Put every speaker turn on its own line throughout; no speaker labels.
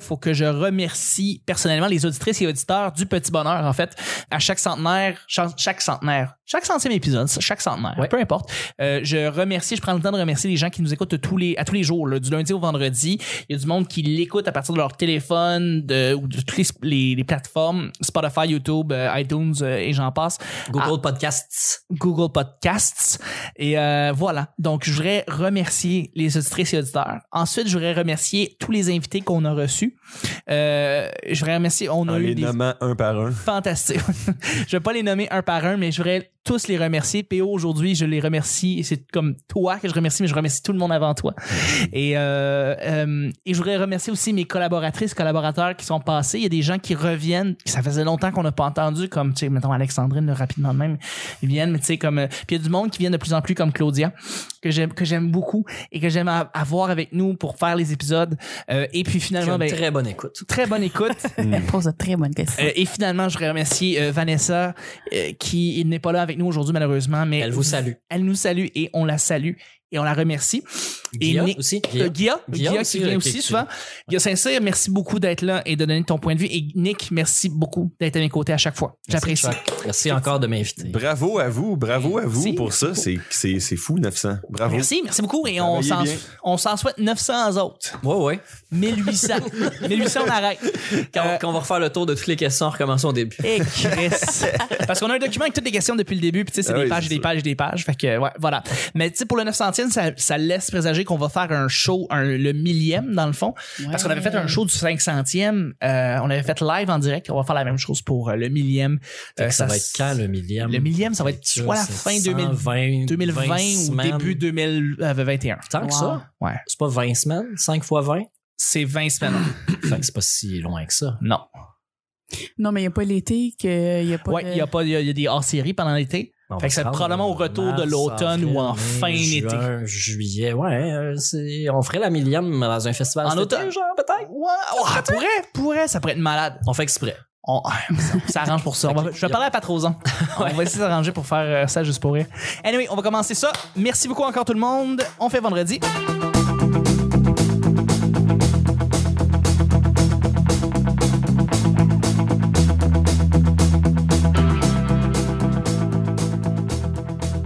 faut que je remercie personnellement les auditrices et auditeurs du Petit Bonheur, en fait, à chaque centenaire, cha- chaque centenaire, chaque centième épisode, chaque centenaire,
Ouais.
peu importe. Euh, je remercie, je prends le temps de remercier les gens qui nous écoutent tous les, à tous les jours, là, du lundi au vendredi. Il y a du monde qui l'écoute à partir de leur téléphone, de, ou de toutes les, les- les plateformes, Spotify, YouTube, euh, iTunes euh, et j'en passe. Ah.
Google Podcasts.
Google Podcasts. Et euh, voilà. Donc, je voudrais remercier les auditrices et auditeurs. Ensuite, je voudrais remercier tous les invités qu'on a reçus. Euh, je voudrais remercier. On
En
a eu
Ah, les
des
nommant un par un.
fantastiques. je vais pas les nommer un par un, mais je voudrais tous les remercier. PO aujourd'hui, je les remercie. C'est comme toi que je remercie, mais je remercie tout le monde avant toi. Et, euh, euh, et je voudrais remercier aussi mes collaboratrices, collaborateurs qui sont passés. Il y a des gens qui reviennent, que ça faisait longtemps qu'on n'a pas entendu, comme, tu sais, mettons Alexandrine, là, rapidement de même, ils viennent, mais tu sais, comme. euh, Puis il y a du monde qui vient de plus en plus, comme Claudia, que j'aime que j'aime beaucoup et que j'aime a- avoir avec nous pour faire les épisodes. Euh, et puis
J'ai
finalement,
une
ben,
très bonne écoute.
très bonne écoute.
Elle pose de très bonnes questions.
Euh, et finalement, je voudrais remercier euh, Vanessa euh, qui n'est pas là avec nous aujourd'hui malheureusement, mais
Elle vous salue.
Elle nous salue et on la salue et on la remercie. Et
Guilla
Nick-
aussi. Guilla.
Euh, Guilla,
Guilla
Guilla
aussi,
qui vient
euh,
aussi
qui-
souvent. Guilla Saint-Cyr, merci beaucoup d'être là et de donner ton point de vue. Et Nick, merci beaucoup d'être à mes côtés à chaque fois.
Merci,
J'apprécie.
Chuck. Merci encore de m'inviter.
Bravo à vous, bravo à
Ben,
vous
Merci,
pour ça. C'est, c'est, c'est fou, 900. Bravo.
Merci, merci beaucoup. Et on
Travaillez
s'en,
bien.
on s'en souhaite 900 aux autres.
Ouais, ouais.
1800. 1800, on arrête.
Quand,
Euh,
quand on va refaire le tour de toutes les questions, on recommence au début.
Eh,
Et Chris. Parce qu'on a un document avec toutes les questions depuis le début, puis tu sais, c'est
Ah
des
oui,
pages,
c'est
des
ça.
pages, des pages. Fait que, ouais, voilà. Mais tu sais, pour le 900e, ça, ça laisse présager qu'on va faire un show, un- le millième, dans le fond. Parce qu'on avait fait un show du 500e, euh, on avait fait live en direct. On va faire la même chose pour euh, le millième.
Fait
Euh,
que ça, va être
s-
quand le millième?
Le millième, ça va être soit la fin
2020,
2020 ou début euh, 2021.
Tant que ça,
Ouais.
c'est pas 20 semaines, 5 fois 20.
C'est 20 semaines.
fait que c'est pas si loin que ça.
Non.
Non, mais il n'y a pas l'été, que- il n'y a pas.
Ouais,
de-
il y a pas, il y, a- il y a des hors-séries pendant l'été.
On
Fait
va
que c'est
se rendre
probablement au retour de
mars,
l'automne ou en
avril,
fin
mai,
d'été.
juin, Juillet, ouais. euh, c'est- on ferait la millième dans un festival.
En
cet été,
automne.
genre, peut-être.
Ouais, oh, pourrait, pourrait, ça pourrait être malade.
On fait exprès.
On, ça arrange pour ça. On va- je vais parler à Patrosan. On va essayer d'arranger pour faire euh, ça juste pour rire. Anyway, on va commencer ça. Merci beaucoup encore tout le monde. On fait vendredi.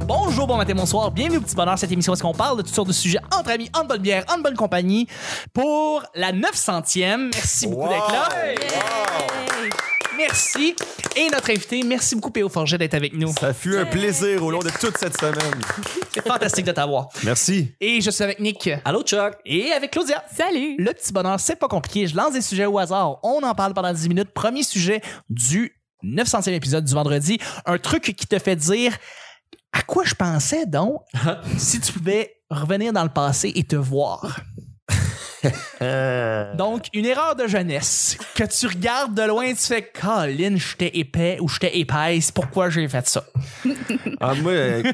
Bonjour, bon matin, bonsoir. Bienvenue au Petit Bonheur, cette émission où est-ce qu'on parle de toutes sortes de sujets entre amis, en bonne bière, en bonne compagnie pour la 900e. Merci beaucoup
Wow!
d'être là.
Hey!
Merci. Et notre invité, merci beaucoup, P.O. Forget, d'être avec nous.
Ça fut un plaisir au long de toute cette semaine.
C'est fantastique de t'avoir.
Merci.
Et je suis avec Nick
Allô, Chuck?
et avec Claudia.
Salut!
Le petit bonheur, c'est pas compliqué. Je lance des sujets au hasard. On en parle pendant 10 minutes. Premier sujet du 900e épisode du vendredi. Un truc qui te fait dire à quoi je pensais donc si tu pouvais revenir dans le passé et te voir. Donc, une erreur de jeunesse que tu regardes de loin et tu fais Colin, j'étais épais ou j'étais épaisse, pourquoi j'ai fait ça?
Ah, moi. euh,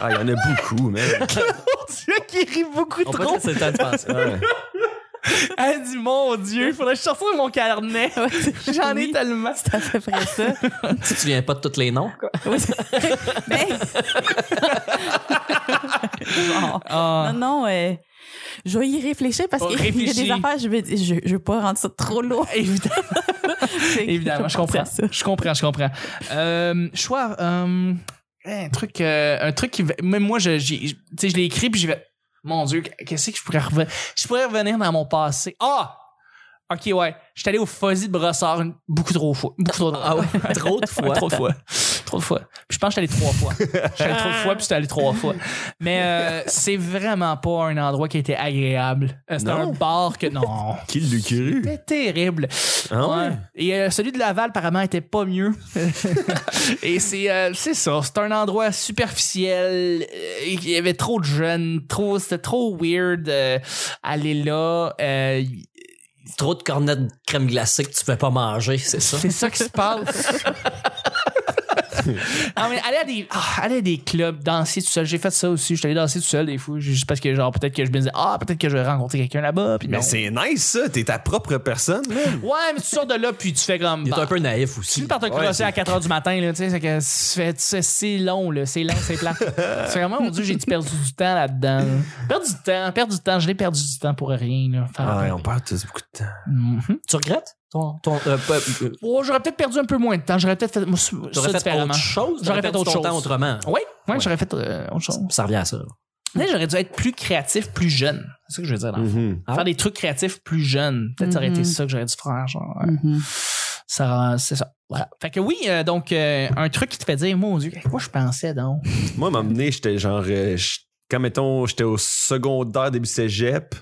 Ah, il y en a beaucoup, mais.
Mon Dieu, qui rit beaucoup
On peut
trop.
te laisser le temps de penser.
Ouais.
Elle dit, Ah, mon Dieu, faudrait que je sorte mon carnet.
Ouais, c'est-
J'en ai
oui,
tellement.
C'est à peu près ça.
Tu te souviens pas de tous les noms? quoi?
Oui, c'est- Ben! Mais- Bon.
Ah.
Non, non, euh, je vais y réfléchir parce
Oh,
qu'il y a
réfléchis.
des affaires, je vais, je, je vais pas rendre ça trop lourd.
Évidemment,
Fait que
évidemment, je
vais penser
comprends.
à ça.
Je comprends, je comprends. Euh, choix, euh, un truc, euh, un truc qui, va- même moi, je, j'ai- je- tu sais, je l'ai écrit puis j'ai fait, mon Dieu, qu'est-ce que je pourrais revenir, je pourrais revenir dans mon passé. Ah, ok, ouais, j'étais allé au Fuzzy de Brossard une- beaucoup trop fois, beaucoup trop.
Ah ouais, trop de fois.
Trop de fois. Trop de fois. Puis je pense que j'étais allé trois fois. J'étais allé trop de fois, puis j'étais allé trois fois. Mais euh, c'est vraiment pas un endroit qui était agréable. Euh, C'était un
Non?
bar que. Non.
Qui l'eût cru?
C'était terrible.
Ah ouais?
Et euh, celui de Laval, apparemment, était pas mieux. et c'est euh, c'est ça. C'est un endroit superficiel. Euh, Il y avait trop de jeunes. Trop, C'était trop weird. euh, aller là. euh,
Trop de cornettes de crème glacée que tu peux pas manger, c'est ça?
c'est ça qui se passe. Ah, mais aller, à des, ah, aller à des clubs, danser tout seul. J'ai fait ça aussi. J'étais allé danser tout seul des fois. Juste parce que, genre, peut-être que je me disais, ah, peut-être que je vais rencontrer quelqu'un là-bas. Puis
Mais
non.
c'est nice, ça. T'es ta propre personne, man.
Ouais, mais tu sors de là, puis tu fais comme.
Il est
bah,
un peu naïf
tu
aussi.
finis par te
Ouais,
crosser
c'est-
à 4 h du matin, là, tu sais, c'est que tu fais- tu sais, c'est long, là, c'est long, c'est plat. c'est vraiment, mon Dieu, j'ai perdu du temps là-dedans. là. Perdu du temps, perdu du temps, je l'ai perdu du temps pour rien, là. Faire-
Ah, ouais, on perd tous beaucoup de temps.
Mhm.
Tu regrettes ton. ton euh, pas- euh,
Oh, j'aurais peut-être perdu un peu moins de temps, j'aurais peut-être fait moi, ça
T'aurais fait
différemment.
autre chose?
J'aurais fait
perdu
autre
ton
chose.
temps autrement.
Oui, ouais, j'aurais fait euh, autre chose.
Ça revient à ça.
Tu sais, j'aurais dû être plus créatif, plus jeune. C'est ça que je veux dire. dans le fond.
Mhm.
Ah.
Faire des trucs créatifs plus jeunes. Peut-être ça aurait été
Mhm.
ça que j'aurais dû faire. Genre, euh,
Mhm.
ça, c'est ça. Voilà. Fait que oui, euh, donc, euh, un truc qui te fait dire, mon Dieu, à quoi je pensais donc?
Moi, à un moment donné, j'étais genre. euh, je- quand, mettons, j'étais au secondaire début cégep,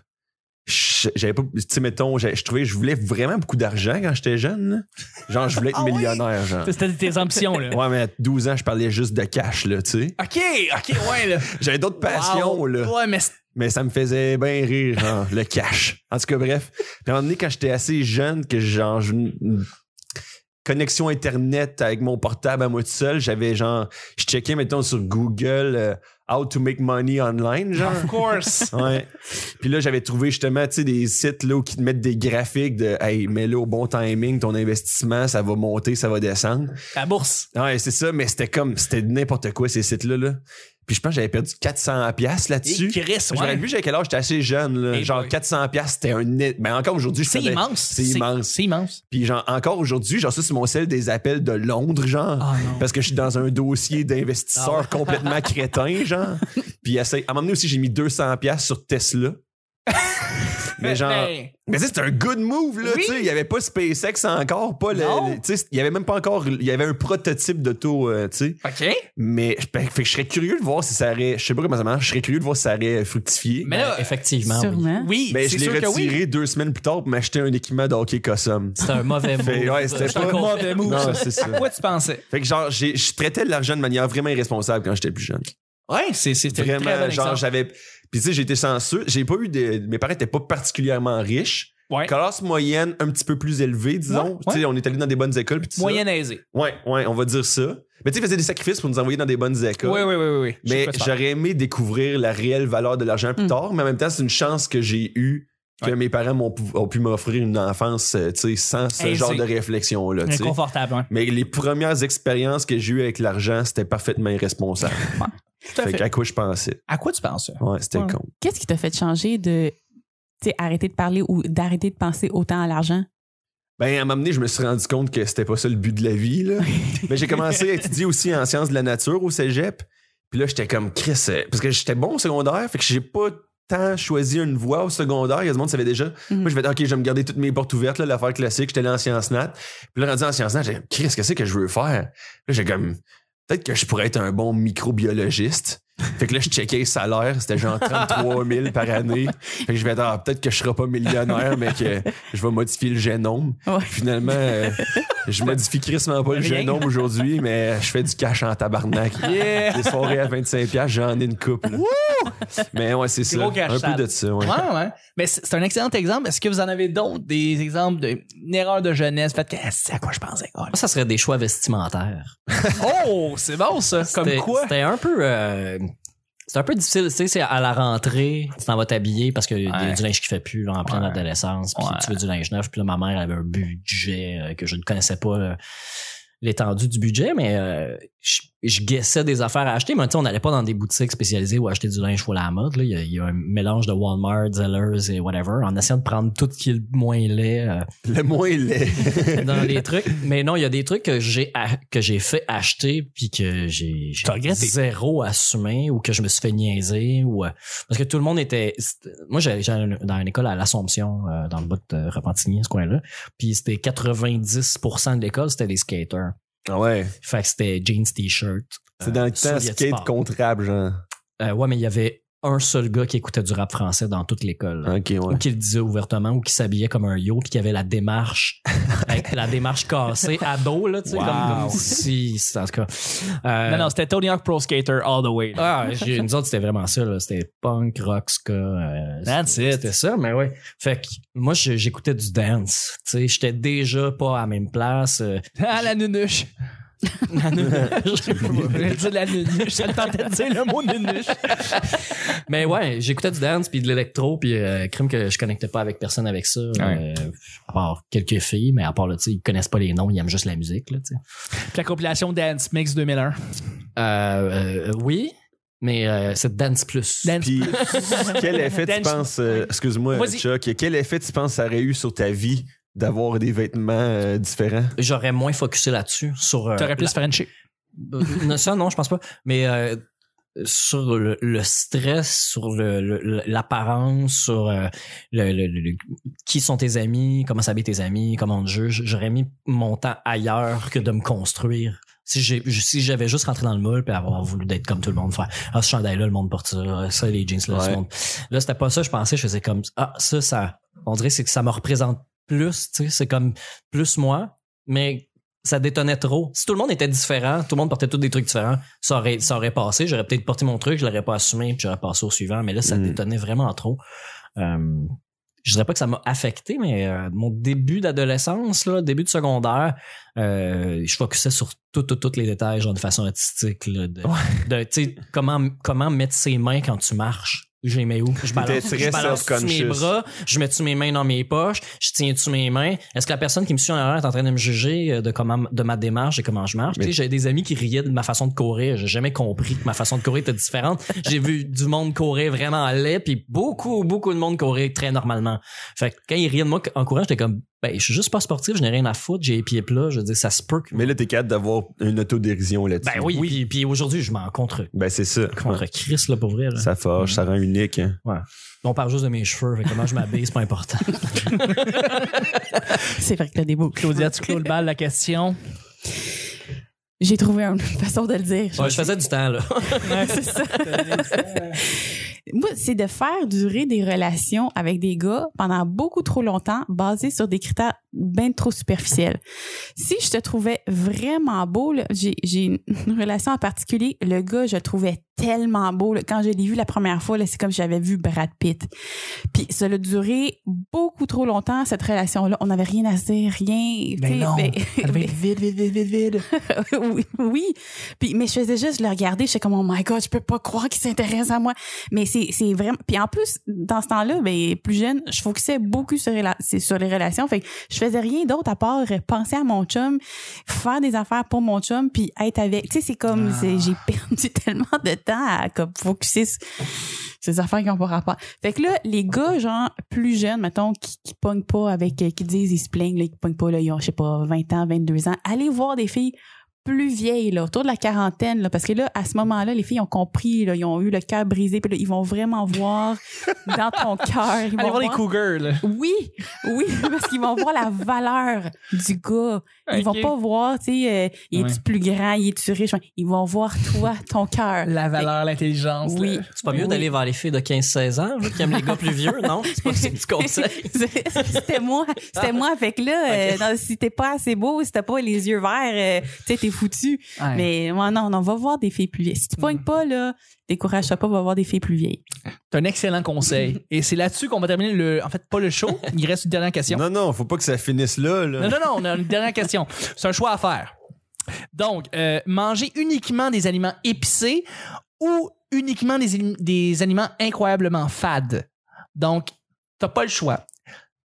je- j'avais pas. Tu sais, mettons, j'ai- je trouvais je voulais vraiment beaucoup d'argent quand j'étais jeune. là. Genre, je voulais être
Ah oui?
millionnaire, genre.
C'était tes ambitions, là.
Ouais, mais à 12 ans, je parlais juste de cash, là, tu sais.
OK, OK, ouais, là.
J'avais d'autres passions,
Wow.
là.
Ouais, mais c'est-
Mais ça me faisait bien rire, hein, le cash. En tout cas, bref. Puis à un moment donné, quand j'étais assez jeune, que genre, j'ai une- une connexion Internet avec mon portable à moi tout seul, j'avais genre, je checkais, mettons, sur Google, euh, How to make money online, genre.
of course.
Ouais. Puis là, j'avais trouvé justement, tu sais, des sites là, où qui te mettent des graphiques de, hey, mets-le au bon timing, ton investissement, ça va monter, ça va descendre.
La bourse.
Ouais, c'est ça, mais c'était comme, c'était n'importe quoi ces sites-là. Là. Puis je pense que j'avais perdu 400$ piastres là-dessus.
Et Chris,
Je me
ouais.
rappelle plus j'avais quel âge, j'étais assez jeune. là.
Hey
genre
boy.
400$, c'était un net. Mais encore aujourd'hui, je
C'est
savais-
immense.
C'est immense.
C'est immense.
Puis genre, encore aujourd'hui, genre ça, c'est mon sel des appels de Londres, genre.
Ah, non.
Parce que je suis dans un dossier d'investisseur
Ah.
complètement crétin, genre. Puis essaye- à un moment donné aussi, j'ai mis 200$ sur Tesla.
Ben,
mais genre. Mais tu sais, c'est un good move, là.
Oui.
tu sais, Il n'y avait pas SpaceX encore, pas le.
Non.
le- tu sais, Il n'y avait même pas encore. Il y avait un prototype d'auto, euh, tu sais.
OK.
Mais je- ben, fait que je serais curieux de voir si ça aurait. Je sais pas comment ça marche. Je serais curieux de voir si ça aurait fructifié.
Mais là,
Ben, Effectivement. oui.
Sûrement.
oui, c'est
Mais Ben, je l'ai
sûr que oui.
retiré deux semaines plus tard pour m'acheter un équipement de hockey Cossum.
C'était un mauvais mot.
Fait- Ben, ouais, c'était pas-
mauvais move,
Non,
ça.
c'est ça.
À quoi tu pensais?
Fait que genre, j'ai- je traitais de l'argent de manière vraiment irresponsable quand j'étais plus jeune.
Ouais, c'est- c'était un très
Vraiment,
bon
genre,
exemple.
j'avais. Puis tu sais, j'étais chanceux. J'ai pas eu de. Mes parents étaient pas particulièrement riches.
Ouais.
Classe moyenne un petit peu plus élevée, disons.
Ouais,
Tu sais, on est allé dans des bonnes écoles. Puis tout ça.
Moyenne aisée.
Ouais, ouais, on va dire ça. Mais tu sais, ils faisaient des sacrifices pour nous envoyer dans des bonnes écoles.
Oui, oui, oui, oui. Je sais
Mais
pas ça.
j'aurais aimé découvrir la réelle valeur de l'argent plus
Mm.
tard, mais en même temps, c'est une chance que j'ai eue que
Ouais.
mes parents m'ont pu- ont pu m'offrir une enfance euh, tu sais, sans ce
Aisée.
genre de réflexion-là. tu sais.
Inconfortable, hein.
Mais les premières expériences que j'ai eues avec l'argent, c'était parfaitement irresponsable.
Tout à
fait
fait.
qu'à quoi je pensais.
À quoi tu penses?
Ouais, c'était
Ouais.
con.
Qu'est-ce qui t'a fait changer de tu sais, arrêter de parler ou d'arrêter de penser autant à l'argent?
Ben, à un moment donné, je me suis rendu compte que c'était pas ça le but de la vie. Là. Mais j'ai commencé à étudier aussi en sciences de la nature au cégep. Puis là, j'étais comme Chris. euh, Parce que j'étais bon au secondaire, fait que j'ai pas tant choisi une voie au secondaire. Il y a du monde qui savait déjà. Moi, je vais dire, OK, je vais me garder toutes mes portes ouvertes, là, l'affaire classique. J'étais là en sciences nat. Puis là, rendu en sciences nat, j'ai dit, Chris, qu'est-ce que c'est que je veux faire? Là, j'ai comme, peut-être que je pourrais être un bon microbiologiste. Fait que là, je checkais les salaires. C'était genre 33 000 par année. Fait que je vais dire, ah, peut-être que je serai pas millionnaire, mais que je vais modifier le génome.
Ouais.
Finalement, euh, je modifie crissement pas le
Rien.
génome aujourd'hui, mais je fais du cash en tabarnak.
Yeah!
Des soirées à 25 piastres, j'en ai une coupe. là. Mais ouais, c'est ça.
Gros cash
Un
sale.
peu de ça, ouais.
Ouais, ouais. Mais c'est c'est un excellent exemple. Est-ce que vous en avez d'autres, des exemples d'une erreur de jeunesse? Faites que, Ah, c'est à quoi je pensais? Oh,
Moi, ça serait des choix vestimentaires.
Oh, c'est bon ça. Comme
C'était-
quoi?
C'était un peu. euh, c'est un peu difficile, tu sais, c'est à la rentrée, tu t'en vas t'habiller parce qu'il y a
Ouais.
du linge qui fait plus là, en pleine
Ouais.
adolescence, puis
Ouais.
tu veux du linge neuf, puis là, ma mère avait un budget euh, que je ne connaissais pas euh, l'étendue du budget, mais euh, je, je guessais des affaires à acheter, mais tu sais, on n'allait pas dans des boutiques spécialisées où acheter du linge pour la mode, là. Il y a, il y a un mélange de Walmart, Zellers et whatever, en essayant de prendre tout ce qui est le moins laid. euh,
Le moins laid.
dans les trucs. Mais non, il y a des trucs que j'ai a- que j'ai fait acheter puis que j'ai j'ai
T'as regretté.
zéro assumé ou que je me suis fait niaiser ou euh, parce que tout le monde était c'était- moi j'allais j'allais dans une école à l'Assomption euh, dans le bout de Repentigny ce coin-là puis c'était 90% de l'école c'était des skaters.
Ah ouais.
Fait que c'était jeans t-shirt.
C'est
Euh,
dans le
souliers
temps
de
skate
sport.
contrable, genre.
Euh, ouais, mais il y avait un seul gars qui écoutait du rap français dans toute l'école.
Ok,
ou qui le disait ouvertement ou qui s'habillait comme un yo puis qui avait la démarche avec la démarche cassée à dos là tu sais
Wow.
comme, comme si c'est- en tout cas euh,
Non, non, c'était Tony Hawk Pro Skater all the way. là.
ah, j'ai- nous autres c'était vraiment ça là c'était punk rock ska euh,
That's it.
c'était ça mais ouais fait que moi je- j'écoutais du dance tu sais j'étais déjà pas à la même place euh,
Ah, la nunuche. Je dis la nunuche. Ça le tentait de dire le mot nunuche.
Mais ouais, j'écoutais du dance puis de l'électro puis euh, crime que je connectais pas avec personne avec ça.
Ouais.
euh, à part quelques filles, mais à part là, tu sais, ils connaissent pas les noms, ils aiment juste la musique là, tu sais.
Puis La compilation Dance Mix 2001.
Euh, euh, oui, mais euh, c'est Dance Plus.
Dance
Puis, quel effet tu
Dance-
penses, euh, excuse-moi,
Vas-y.
Chuck, quel effet tu penses ça aurait eu sur ta vie d'avoir des vêtements euh, différents?
J'aurais moins focusé là-dessus sur euh,
T'aurais plus Frenchie.
Euh, non, ça, non, je pense pas. Mais euh, sur le, le stress, sur le- le- l'apparence, sur euh, le, le- le- le- qui sont tes amis, comment s'habillent tes amis, comment on te juge, j'aurais mis mon temps ailleurs que de me construire. Si j'ai- si j'avais juste rentré dans le moule puis avoir voulu d'être comme tout le monde, faire ah ce chandail là le monde porte ça, ça les jeans là ce
Ouais.
monde. Là c'était pas ça, je pensais, je faisais comme ah ça ça, on dirait c'est que ça me représente plus, tu sais, c'est comme plus moi, mais ça détonnait trop. Si tout le monde était différent, tout le monde portait tous des trucs différents, ça aurait, ça aurait passé. J'aurais peut-être porté mon truc, je l'aurais pas assumé, puis j'aurais passé au suivant. Mais là, ça
Mm.
détonnait vraiment trop. Euh, je dirais pas que ça m'a affecté, mais euh, mon début d'adolescence, là, début de secondaire, euh, je focusais sur tous tout, tous les détails, genre de façon artistique, là, de, de, tu sais, comment, comment mettre ses mains quand tu marches. Je les mets où? Je balance,
très
je balance mes
self-conscious.
bras, je mets-tu mes mains dans mes poches, je tiens-tu mes mains. Est-ce que la personne qui me suit en arrière est en train de me juger euh, de comment de ma démarche et comment je marche?
Mais-
Tu sais, J'avais des amis qui riaient de ma façon de courir. J'ai jamais compris que ma façon de courir était différente. J'ai vu du monde courir vraiment laid, puis beaucoup, beaucoup de monde courir très normalement. Fait que quand ils riaient de moi en courant, j'étais comme ben, je suis juste pas sportif, je n'ai rien à foutre, j'ai les pieds plats, je veux dire, ça se peut que.
Mais là, t'es capable d'avoir une autodérision là-dessus.
Ben oui, puis, puis aujourd'hui, je m'en contre,
Ben c'est ça.
contre Chris, là, pour vrai. là.
Ça forge, ça rend unique. hein.
On parle juste de mes cheveux, fait que comment je m'habille, c'est pas important.
C'est vrai que t'as des beaux.
Claudia, tu clôt le bal, la question.
J'ai trouvé une façon de le dire.
Ouais, je faisais du temps, là.
C'est ça. Moi, c'est de faire durer des relations avec des gars pendant beaucoup trop longtemps basées sur des critères bien trop superficiels. Si je te trouvais vraiment beau, là, j'ai j'ai une une relation en particulier, le gars, je le trouvais tellement beau. là. Quand je l'ai vu la première fois, là, c'est comme si j'avais vu Brad Pitt. Puis ça a duré beaucoup trop longtemps, cette relation-là. On n'avait rien à se dire, rien.
Ben
tu sais,
non.
ben-
Elle devait être vide, vide, vide, vide, vide.
oui, oui. Puis, mais je faisais juste le regarder. J'étais comme, oh my God, je peux pas croire qu'il s'intéresse à moi. Mais c'est c'est vraiment. Puis en plus, dans ce temps-là, ben, plus jeune, je focusais beaucoup sur, rela- c'est sur les relations. Fait que je faisais rien d'autre à part penser à mon chum, faire des affaires pour mon chum, puis être avec. Tu sais, c'est
Ah.
comme, c'est- j'ai perdu tellement de temps à comme, focuser sur ces affaires qui ont pas rapport. Fait que là, les gars, genre, plus jeunes, mettons, qui, qui pognent pas avec, euh, qui disent, ils se plaignent, là, qui pognent pas, là, ils ont, je sais pas, 20 ans, 22 ans, allez voir des filles plus vieilles, là, autour de la quarantaine, là, parce que là, à ce moment-là, les filles ont compris, là, ils ont eu le cœur brisé, puis là, ils vont vraiment voir dans ton cœur. ils vont
Allez voir les cougars, là.
oui, oui, parce qu'ils vont voir la valeur du gars. Ils
Ok.
vont pas voir, tu sais, euh, il est-tu
Ouais.
plus grand, il est-tu riche. Ils vont voir toi, ton cœur.
La valeur, l'intelligence.
Oui.
là.
C'est pas mieux
Oui.
d'aller vers les filles de 15-16 ans, là, qui aiment les gars plus vieux, non? C'est pas c'est du conseil.
c'était moi, c'était moi. Fait que
Ah,
là, euh, non, si t'es pas assez beau, si t'as pas les yeux verts, euh, tu sais, t'es foutu.
Ouais.
Mais ouais, non, on va voir des filles plus vieilles. Si tu
Mm.
pognes pas, là, décourage-toi pas, va voir des filles plus vieilles.
C'est un excellent conseil. Et c'est là-dessus qu'on va terminer le. En fait, pas le show. Il reste une dernière question.
Non, non, faut pas que ça finisse là. là.
Non, non, non, on a une dernière question. C'est un choix à faire. Donc, euh, manger uniquement des aliments épicés ou uniquement des, alim- des aliments incroyablement fades. Donc, t'as pas le choix.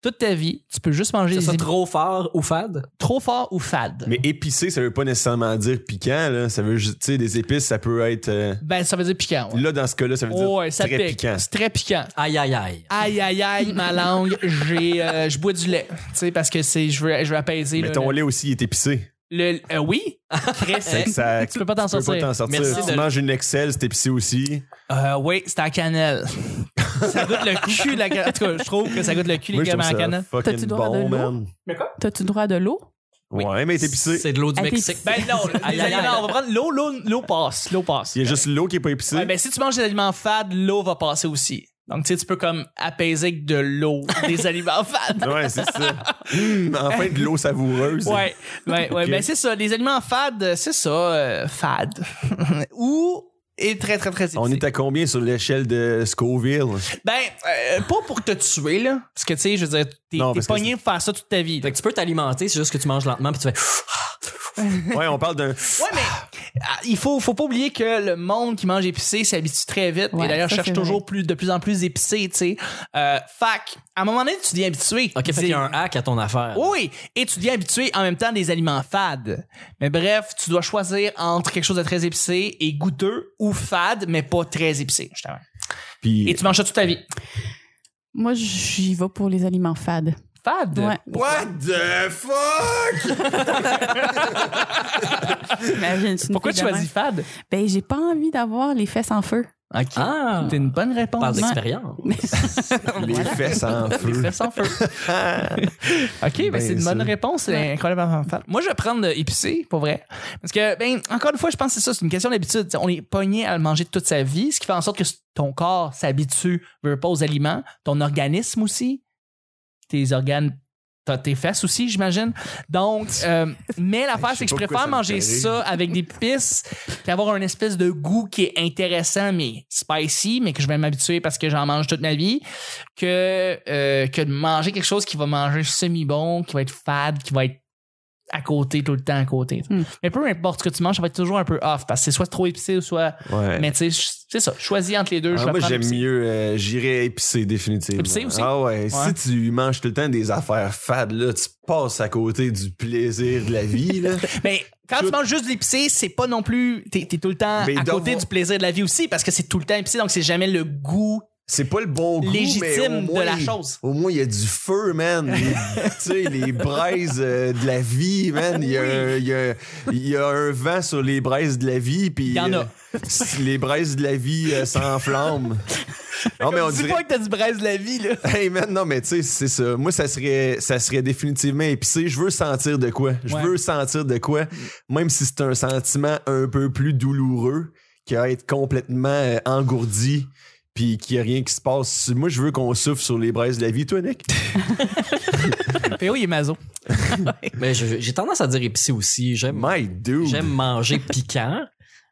Toute ta vie, tu peux juste manger
C'est
des
ça
aliments trop...
trop fort ou fade?
forts ou fades.
Mais épicé, ça veut pas nécessairement dire piquant. Là. Ça veut, juste- tu sais, des épices, ça peut être. euh,
Ben, ça veut dire piquant. Ouais,
Là, dans ce cas-là, ça veut dire
Ouais, ça
très
pique.
piquant.
C'est très piquant.
Aïe, aïe, aïe.
Aïe, aïe, aïe, ma langue, j'ai, euh, je bois du lait. Tu sais, parce que c'est, je veux, je veux apaiser.
Mais
là,
ton
le-
lait aussi est épicé.
le- euh, oui, Chris,
Fait que ça-
tu peux pas t'en
Tu peux
sortir.
pas t'en sortir.
Merci
tu
de-
manges une Excel, c'est épicé aussi.
Euh, oui, c'est à cannelle. ça goûte le cul, la cannelle. En tout cas, je trouve que ça goûte le cul,
Moi,
les
je trouve
gamins à
ça
cannelle.
fucking
T'as-tu droit à de
bon,
l'eau?
man.
T'as-tu droit à de l'eau?
Ouais, mais c'est épicé.
C'est de l'eau du
Aïe,
Mexique.
t'es-
Ben non,
Aïe,
les
aïe,
aliments,
aïe.
on va prendre l'eau, l'eau, l'eau passe, l'eau passe.
Il y a juste l'eau qui est pas épicée.
Ouais, ben, si tu manges des aliments fades, l'eau va passer aussi. Donc, tu sais, tu peux comme apaiser avec de l'eau des aliments fades.
Ouais, c'est ça. Hum, enfin, de l'eau savoureuse.
Ouais, ouais, ouais.
Ok.
Ben, c'est ça, les aliments fades, c'est ça, euh, fades. Ou, et très, très, très épicé.
On est à combien sur l'échelle de Scoville?
Ben, euh, pas pour te tuer, là. Parce que, tu sais, je veux dire, t'es
Non,
t'es
parce que
pogné pour faire ça toute ta vie.
Fait que tu peux t'alimenter, c'est juste que tu manges lentement puis tu fais.
Ouais, on parle d'un.
Ouais, mais ah, il faut, faut pas oublier que le monde qui mange épicé s'habitue très vite.
Ouais,
et d'ailleurs,
ça,
cherche
c'est
toujours plus, de plus en plus épicé, tu sais. Euh, fac, à un moment donné, tu deviens habitué.
Ok, fait
Tu
qu'il y a
dis-
un hack à ton affaire.
Oui, et tu deviens habitué en même temps des aliments fades. Mais bref, tu dois choisir entre quelque chose de très épicé et goûteux ou fade, mais pas très épicé, justement.
Puis.
Et tu manges ça toute ta vie.
Moi, j'y vais pour les aliments fades.
Fade?
Ouais.
What the fuck?
Imagine, tu
Pourquoi tu choisis fade?
Ben, j'ai pas envie d'avoir les fesses en feu.
Ok.
Ah!
C'est une bonne réponse.
Parle d'expérience.
Les fesses en
Les
feu.
fesses en feu. OK, ben,
Ben,
c'est une bonne
ça.
réponse. C'est incroyablement fat. Moi, je vais prendre épicé, pour vrai. Parce que, ben, encore une fois, je pense que c'est ça, c'est une question d'habitude. T'sais, On est pogné à le manger toute sa vie, ce qui fait en sorte que ton corps s'habitue, veut pas aux aliments, ton organisme aussi, tes organes, t'as tes fesses aussi, j'imagine. Donc, euh, mais l'affaire,
Je
c'est
sais
que je
pas pourquoi
préfère
ça me
manger
fait rire.
ça avec des pisses qu'avoir un espèce de goût qui est intéressant, mais spicy, mais que je vais m'habituer parce que j'en mange toute ma vie que, euh, que de manger quelque chose qui va manger semi-bon, qui va être fade, qui va être à côté tout le temps à côté.
Hmm.
Mais peu importe ce que tu manges, ça va être toujours un peu off parce que c'est soit trop épicé ou soit.
Ouais.
Mais tu sais, je- c'est ça. Choisis entre les deux.
Ben, Ah,
je vais
moi,
prendre
j'aime
épicé.
mieux, euh, j'irais épicé définitivement.
Épicé aussi?
Ah
Ouais.
ouais. Si tu manges tout le temps des affaires fades, là, tu passes à côté du plaisir de la vie, là.
Mais quand tu
Tout-
manges juste de l'épicé, c'est pas non plus. T'es t'es tout le temps
Mais
à côté
d'avoir-
du plaisir de la vie aussi parce que c'est tout le temps épicé donc c'est jamais le goût
C'est pas le bon goût, mais au
légitime
moins,
de la chose.
Au moins, il y a du feu, man. Les- tu sais, les braises euh, de la vie, man. Il y, a, un- il y a- il y a un vent sur les braises de la vie. puis
Il y en a.
euh, les braises de la vie euh, s'enflamment. Non, mais on
Dis
dirait...
pas que t'as du braise de la vie, là.
Hey man, non mais tu sais, c'est ça. Moi, ça serait, ça serait définitivement épicé. Je veux sentir de quoi. Je
Ouais.
veux sentir de quoi, même si c'est un sentiment un peu plus douloureux qu'à être complètement euh, engourdi puis qu'il n'y a rien qui se passe. Moi, je veux qu'on souffle sur les braises de la vie, toi, Nick.
PO, Ben il est maso.
Mais Ben, je- j'ai tendance à dire épicé aussi. J'aime
My dude.
J'aime manger piquant,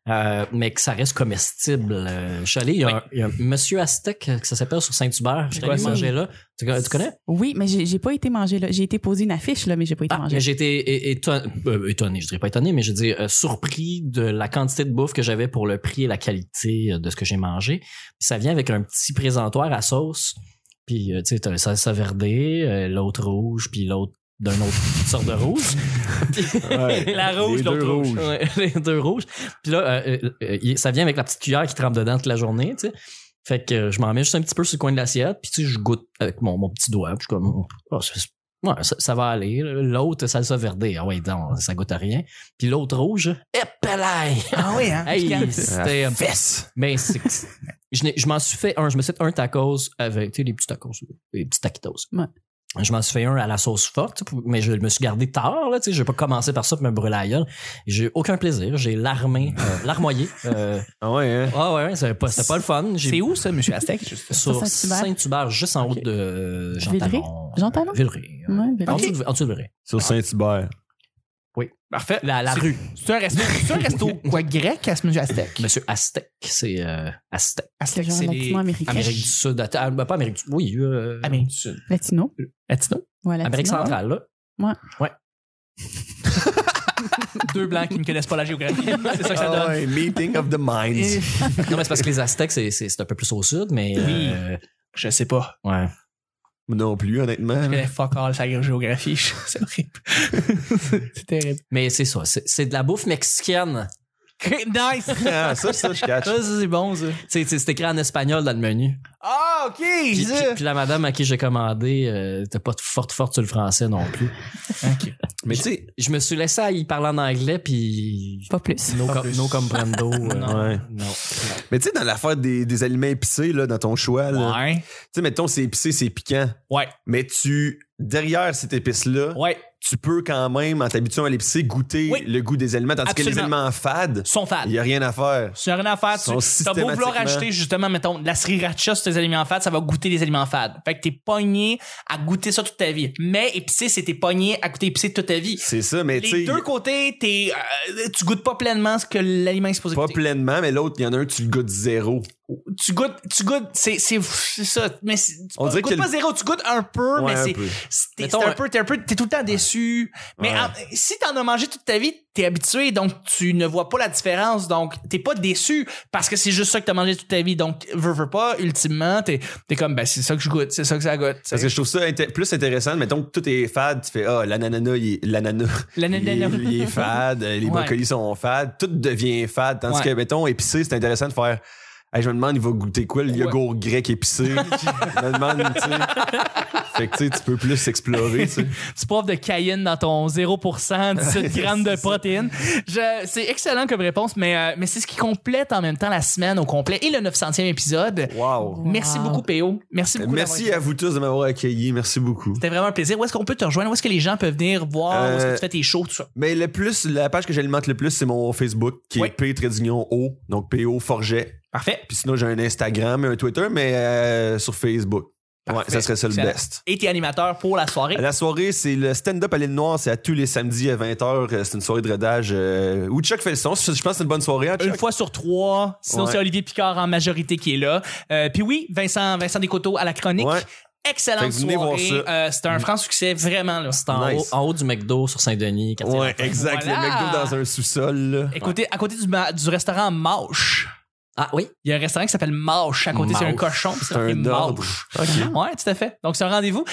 euh, mais que ça reste comestible. Euh, je suis allé, il y, a un- il y a un monsieur aztèque euh, que ça s'appelle sur Saint-Hubert. Je suis
quoi
allé
ça?
manger là. Tu, Euh, tu connais?
Oui, mais j'ai j'ai pas été mangée là. J'ai été posée une affiche là, mais j'ai pas été
Ah,
mangée.
mais j'ai été é- éton- euh, étonné, je dirais pas étonné, mais je dis euh, surpris de la quantité de bouffe que j'avais pour le prix et la qualité euh, de ce que j'ai mangé. Puis ça vient avec un petit présentoir à sauce. Puis euh, tu sais, t'as le salsa verde, euh, l'autre rouge, puis l'autre d'un autre sorte de rouge.
Ouais.
la rouge,
Les deux
l'autre rouge.
rouges.
Ouais, les deux rouges. Puis là, euh, euh, euh, il- ça vient avec la petite cuillère qui trempe dedans toute la journée, tu sais. Fait que euh, je m'en mets juste un petit peu sur le coin de l'assiette, puis tu sais, je goûte avec mon, mon petit doigt. Puis je suis comme, Ah, c'est- c'est- ouais, ça, ça va aller. L'autre, salsa verde, ah ouais, non, ça goûte à rien. Puis l'autre rouge, épelaille!
Ah oui, hein?
Hey, c'était...
Fesse.
Mais c'est- je, n'ai- je m'en suis fait un. Je me suis fait un tacos avec tu sais, les petits tacos, les petits taquitos.
Ouais.
Je m'en suis fait un à la sauce forte, tu sais, pour- mais je me suis gardé tard. Là, tu sais, je vais pas commencer par ça pour me brûler la gueule. J'ai eu aucun plaisir. J'ai larmé, euh, larmoyé. euh,
Ah ouais, hein?
ah ouais, ouais, c'était pas, c'était pas le fun. J'ai-
C'est où ça, monsieur Aztec? juste?
Sur
Saint-Hubert?
Saint-Hubert, juste en haut de euh, Jean
Villeray?
Talon.
Jean Talon?
Euh, Villeray.
Ouais, ben-
En, dessous de, en dessous de Villeray.
Sur Saint-Hubert.
Parfait.
La, la
C'est-
rue.
C'est un resto, c'est un resto quoi, grec à ce monsieur Aztec?
Monsieur Aztec. C'est euh, Aztec.
Aztec,
genre
c'est les...
latino-américain.
Amérique du Sud. Ah, pas Amérique du Oui. euh,
Amérique du Sud.
Latino.
Latino?
Ouais, latino.
Amérique centrale, là.
Deux blancs qui ne connaissent pas la géographie. C'est ça que ça
Ah
donne.
ouais, meeting of the minds.
Non, mais c'est parce que les Aztèques, c'est, c'est, c'est un peu plus au sud, mais.
Oui.
euh,
Je sais pas.
ouais.
non plus, honnêtement.
Je connais fuck all sa géographie. C'est horrible. c'est terrible.
Mais c'est ça. C'est, c'est de la bouffe mexicaine.
Nice!
Ah, ça, ça, je catch.
Ça, c'est bon, ça.
C'est, c'est, c'est écrit en espagnol dans le menu.
Ah, OK!
Puis,
ça.
puis- puis la madame à qui j'ai commandé, euh, t'as pas de forte forte sur le français non plus.
OK.
Mais tu sais,
Je me suis laissé à y parler en anglais, puis.
Pas plus.
No,
Pas
com-
plus.
no comprendo. euh,
Non.
ouais.
non.
Mais tu sais, dans l'affaire des, des aliments épicés, là, dans ton choix, là,
Ouais.
tu sais, mettons, c'est épicé, c'est piquant.
Ouais.
Mais tu, derrière cette épice-là,
Ouais.
tu peux quand même, en t'habituant à l'épicé, goûter
Oui.
le goût des aliments. Tandis que les
Absolument.
aliments fades,
Sont fades.
il n'y a rien à faire.
Tu n'as rien à faire.
Sont
Tu as beau vouloir
systématiquement-
acheter justement, mettons, de la sriracha sur tes aliments fades, ça va goûter les aliments fades. Fait que t'es pogné à goûter ça toute ta vie. Mais épicé, c'est t'es pogné à goûter épicé toute ta vie.
C'est ça, mais tu
Les
sais,
deux côtés, t'es, euh, tu goûtes pas pleinement ce que l'aliment est supposé
pas
goûter.
pleinement, mais l'autre, il y en a un, tu le goûtes zéro.
tu goûtes, tu goûtes, c'est, c'est, c'est ça. Mais c'est- tu
On
pas-
dirait
goûtes
que
pas zéro, tu goûtes un peu,
Ouais,
mais
un
c'est,
peu.
c'est- t'es
Mettons,
c'est un
euh,
peu, t'es un peu, t'es tout le temps déçu. Mais
Ouais.
en- si t'en as mangé toute ta vie, t'es habitué, donc tu ne vois pas la différence, donc t'es pas déçu parce que c'est juste ça que t'as mangé toute ta vie. Donc, veux, veux pas, ultimement, t'es, t'es comme, ben, c'est ça que je goûte, c'est ça que ça goûte.
Parce que je trouve ça inté- plus intéressant. Mettons que tout est fade, tu fais Ah, l'ananas, il est- l'ananas, il est,
L'ananas.
il est fade, euh, les
Ouais.
brocolis sont fades, tout devient fade. Tandis
Ouais.
que, mettons, épicé, c'est intéressant de faire Hey, Je me demande, il va goûter quoi le
Ouais.
yogourt grec épicé Je me demande, tu sais. Fait que, tu sais, tu peux plus explorer, tu sais.
tu pauvre de cayenne dans ton 0%, 17 grammes de protéines. Je- C'est excellent comme réponse, mais, euh, mais c'est ce qui complète en même temps la semaine au complet et le 900e épisode.
Wow.
Merci
Wow.
beaucoup, PO. Merci beaucoup.
Merci
d'avoir été-
à vous tous de m'avoir accueilli. Merci beaucoup.
C'était vraiment un plaisir. Où est-ce qu'on peut te rejoindre? Où est-ce que les gens peuvent venir voir? Où est-ce que
Euh,
tu fais tes shows, tout ça?
Mais le plus, la page que j'alimente le plus, c'est mon Facebook, qui
Oui.
est P Trédignon O, donc PO Forget.
Parfait.
Puis sinon, j'ai un Instagram et un Twitter, mais euh, sur Facebook. Ouais,
Parfait.
ça serait ça le
Excellent.
best.
Et t'es animateur pour la soirée.
À La soirée, c'est le stand-up à l'île Noire, c'est à tous les samedis à 20h. C'est une soirée de redage euh, où Chuck fait le son. Je pense que c'est une bonne soirée. hein,
Une
Chuck?
fois sur trois. Sinon,
Ouais.
c'est Olivier Picard en majorité qui est là. Euh, puis oui, Vincent, Vincent Descoteaux à la chronique.
Ouais. Fait
Excellente
que venez voir
soirée.
ça.
Euh, C'était un franc succès, vraiment. Là.
C'est en,
Nice.
haut, en haut du McDo sur Saint-Denis. quatrième
Ouais,
affaire.
exact.
Voilà.
Le McDo dans un sous-sol. là.
Écoutez, à côté du, ma- du restaurant Mauch,
Ah oui,
il y a un restaurant qui s'appelle Mauch. À côté, c'est un
Mauch.
cochon. puis
C'est
ça fait
un ordre.
Mauch.
Ok.
Ouais, tout à fait. Donc, c'est un rendez-vous.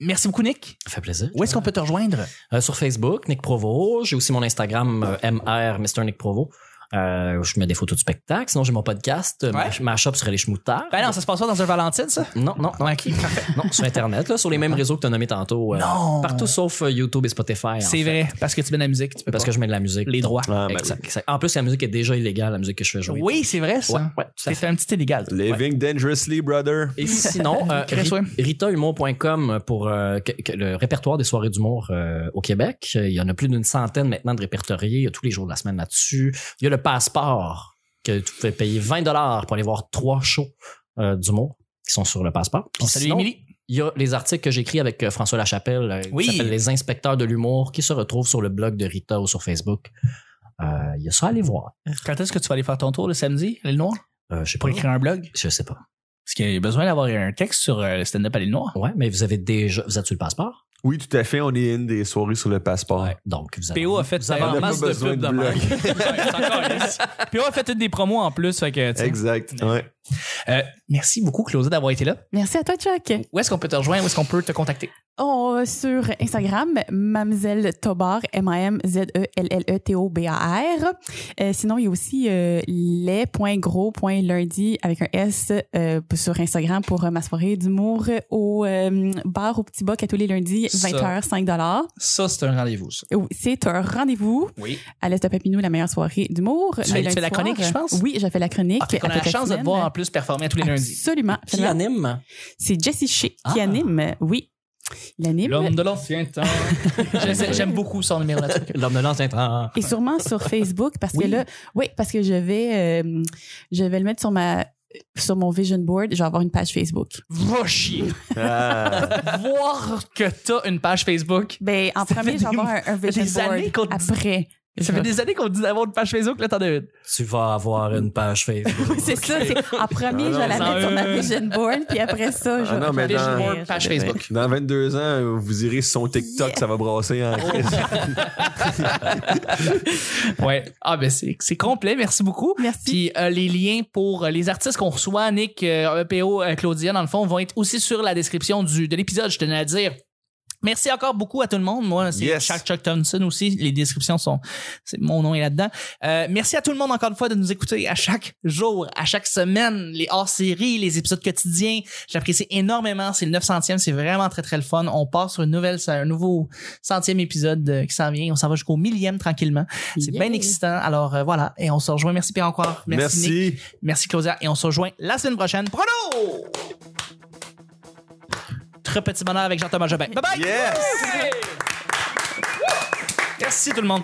Merci beaucoup, Nick.
ça fait plaisir.
Où est-ce qu'on peut te rejoindre?
Euh, sur Facebook, Nick Provo. J'ai aussi mon Instagram euh, MR, Mr. Nick Provo. Euh, je mets des photos du spectacle. Sinon, j'ai mon podcast. euh, Ma,
Ouais.
ma shop serait les chemoutards.
Ben non, ça se passe pas dans un Valentine, ça?
non, non, non.
Ok, parfait.
non, sur Internet, là, sur les mêmes réseaux que tu as nommés tantôt. euh,
Non.
Partout sauf euh, YouTube et Spotify. en
C'est
fait.
vrai, parce que tu mets de la musique, tu peux
Parce
pas.
que je mets de la musique.
Les droits.
Ah, ben
Exact, exact. En plus, la musique est déjà illégale, la musique que je fais jouer.
Oui, c'est vrai, ça.
Ouais, ouais, tout à
c'est un petit illégal.
oui. Living dangerously, brother.
Et sinon, euh,
Chris, ouais.
ri- ritahumour.com pour euh, que- que le répertoire des soirées d'humour euh, au Québec. Il y en a plus d'une centaine maintenant de répertoriés. Il y a tous les jours de la semaine là-dessus. Il y a le passeport que tu peux payer 20 dollars pour aller voir trois shows euh, d'humour qui sont sur le passeport. Puis
On salue
sinon,
Émilie.
Il y a les articles que j'écris avec euh, François Lachapelle euh,
Oui.
qui s'appelle Les inspecteurs de l'humour qui se retrouvent sur le blog de Rita ou sur Facebook. Euh, il y a ça à aller voir.
Quand est-ce que tu vas aller faire ton tour le samedi, à l'île Noire,
Euh, je sais
pour
pas.
écrire un blog?
Je sais pas.
Parce qu'il y a besoin d'avoir un texte sur euh, le stand-up à l'île Noire.
Ouais, mais vous avez déjà. Vous êtes sur le passeport?
Oui, tout à fait. On est une des soirées sur le passeport.
Donc, vous avez.
PO a fait
vous avez
euh,
on
en
n'a pas
masse de
besoin
pubs
de
de
blog.
même.
PO a fait une des promos en plus. Fait que, tu sais.
Exact. Ouais.
Euh, merci beaucoup, Claudia, d'avoir été là.
Merci à toi, Chuck.
Où est-ce qu'on peut te rejoindre? Où est-ce qu'on peut te contacter?
On va sur Instagram, Mamzelle Tobar, E M-A-M-Z-E-L-L-E-T-O-B-A-R. Euh, sinon, il y a aussi euh, les.gros.lundi avec un S euh, sur Instagram pour euh, ma soirée d'humour au euh, bar au Petit Bac à tous les lundis,
Ça.
20h, 5
Ça, c'est un rendez-vous, ça.
Oui, Oh, C'est un rendez-vous
Oui.
à l'Est de Papineau, la meilleure soirée d'humour.
Tu
Les
fais- tu
lundis
fais la
soirs.
chronique, je pense?
Oui, je fais la chronique.
Ah, fait qu'on
à
a la
toutes les
chance de te
semaines.
voir en plus performer à tous les lundis.
Absolument.
Qui
absolument.
anime?
C'est Jesse Shea qui
Ah.
anime. Oui. Il anime.
de l'ancien temps. Je sais, J'aime beaucoup son numéro là-dessus.
L'homme de l'ancien temps.
Et sûrement sur Facebook parce que
Oui.
là, oui, parce que je vais, euh, je vais le mettre sur ma sur mon vision board, je vais avoir une page Facebook.
Va chier.
Ah.
Voir que t'as une page Facebook.
Ben, en
Ça fait
premier, je vais
des-
avoir un, un vision
des années qu'on
board.
te dit-
Après.
Ça fait des années qu'on dit d'avoir une page Facebook, là, t'en as une.
Tu vas avoir une page Facebook.
Oui, c'est ça. c'est- En premier,
Ah non,
je vais la
sans
mettre sur ma
eux.
vision board, puis après ça, je
Ah non, mais
je-
dans-
je- je-
page Facebook.
Dans 22 ans, vous irez sur son TikTok,
Yeah.
ça va brasser en
Oh, Ouais. Ah, ben, c'est c'est complet. Merci beaucoup.
Merci.
Puis euh, les liens pour euh, les artistes qu'on reçoit, Nick, euh, EPO, euh, Claudia, dans le fond, vont être aussi sur la description du, de l'épisode, je tenais à dire. Merci encore beaucoup à tout le monde. Moi, c'est
Yes.
Chuck, Chuck Thompson aussi. Les descriptions sont. c'est- Mon nom est là-dedans. Euh, merci à tout le monde encore une fois de nous écouter à chaque jour, à chaque semaine, les hors-séries, les épisodes quotidiens. J'apprécie énormément. C'est le 900e. C'est vraiment très, très le fun. On part sur une nouvelle, un nouveau centième épisode euh, qui s'en vient. On s'en va jusqu'au millième tranquillement. C'est
Yeah.
bien excitant. Alors euh, voilà, et on se rejoint. Merci Pierre encore. Merci. Nick.
Merci.
Merci Claudia. Et on se rejoint la semaine prochaine. Prono! Très petit bonheur avec Jean-Thomas Jobin. Bye bye!
Yes.
Merci tout le monde.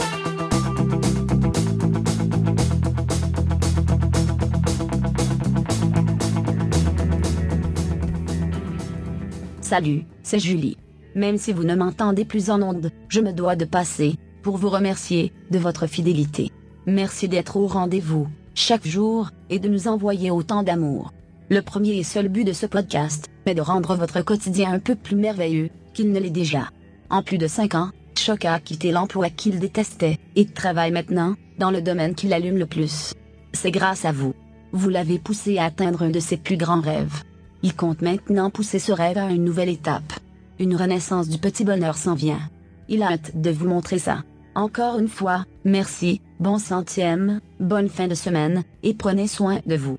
Salut, c'est Julie. Même si vous ne m'entendez plus en ondes, je me dois de passer, pour vous remercier, de votre fidélité. Merci d'être au rendez-vous. chaque jour, et de nous envoyer autant d'amour. Le premier et seul but de ce podcast est de rendre votre quotidien un peu plus merveilleux qu'il ne l'est déjà. En plus de 5 ans, Choc a quitté l'emploi qu'il détestait et travaille maintenant dans le domaine qui l'allume le plus. C'est grâce à vous. Vous l'avez poussé à atteindre un de ses plus grands rêves. Il compte maintenant pousser ce rêve à une nouvelle étape. Une renaissance du petit bonheur s'en vient. Il a hâte de vous montrer ça. Encore une fois, merci, bon centième, bonne fin de semaine, et prenez soin de vous.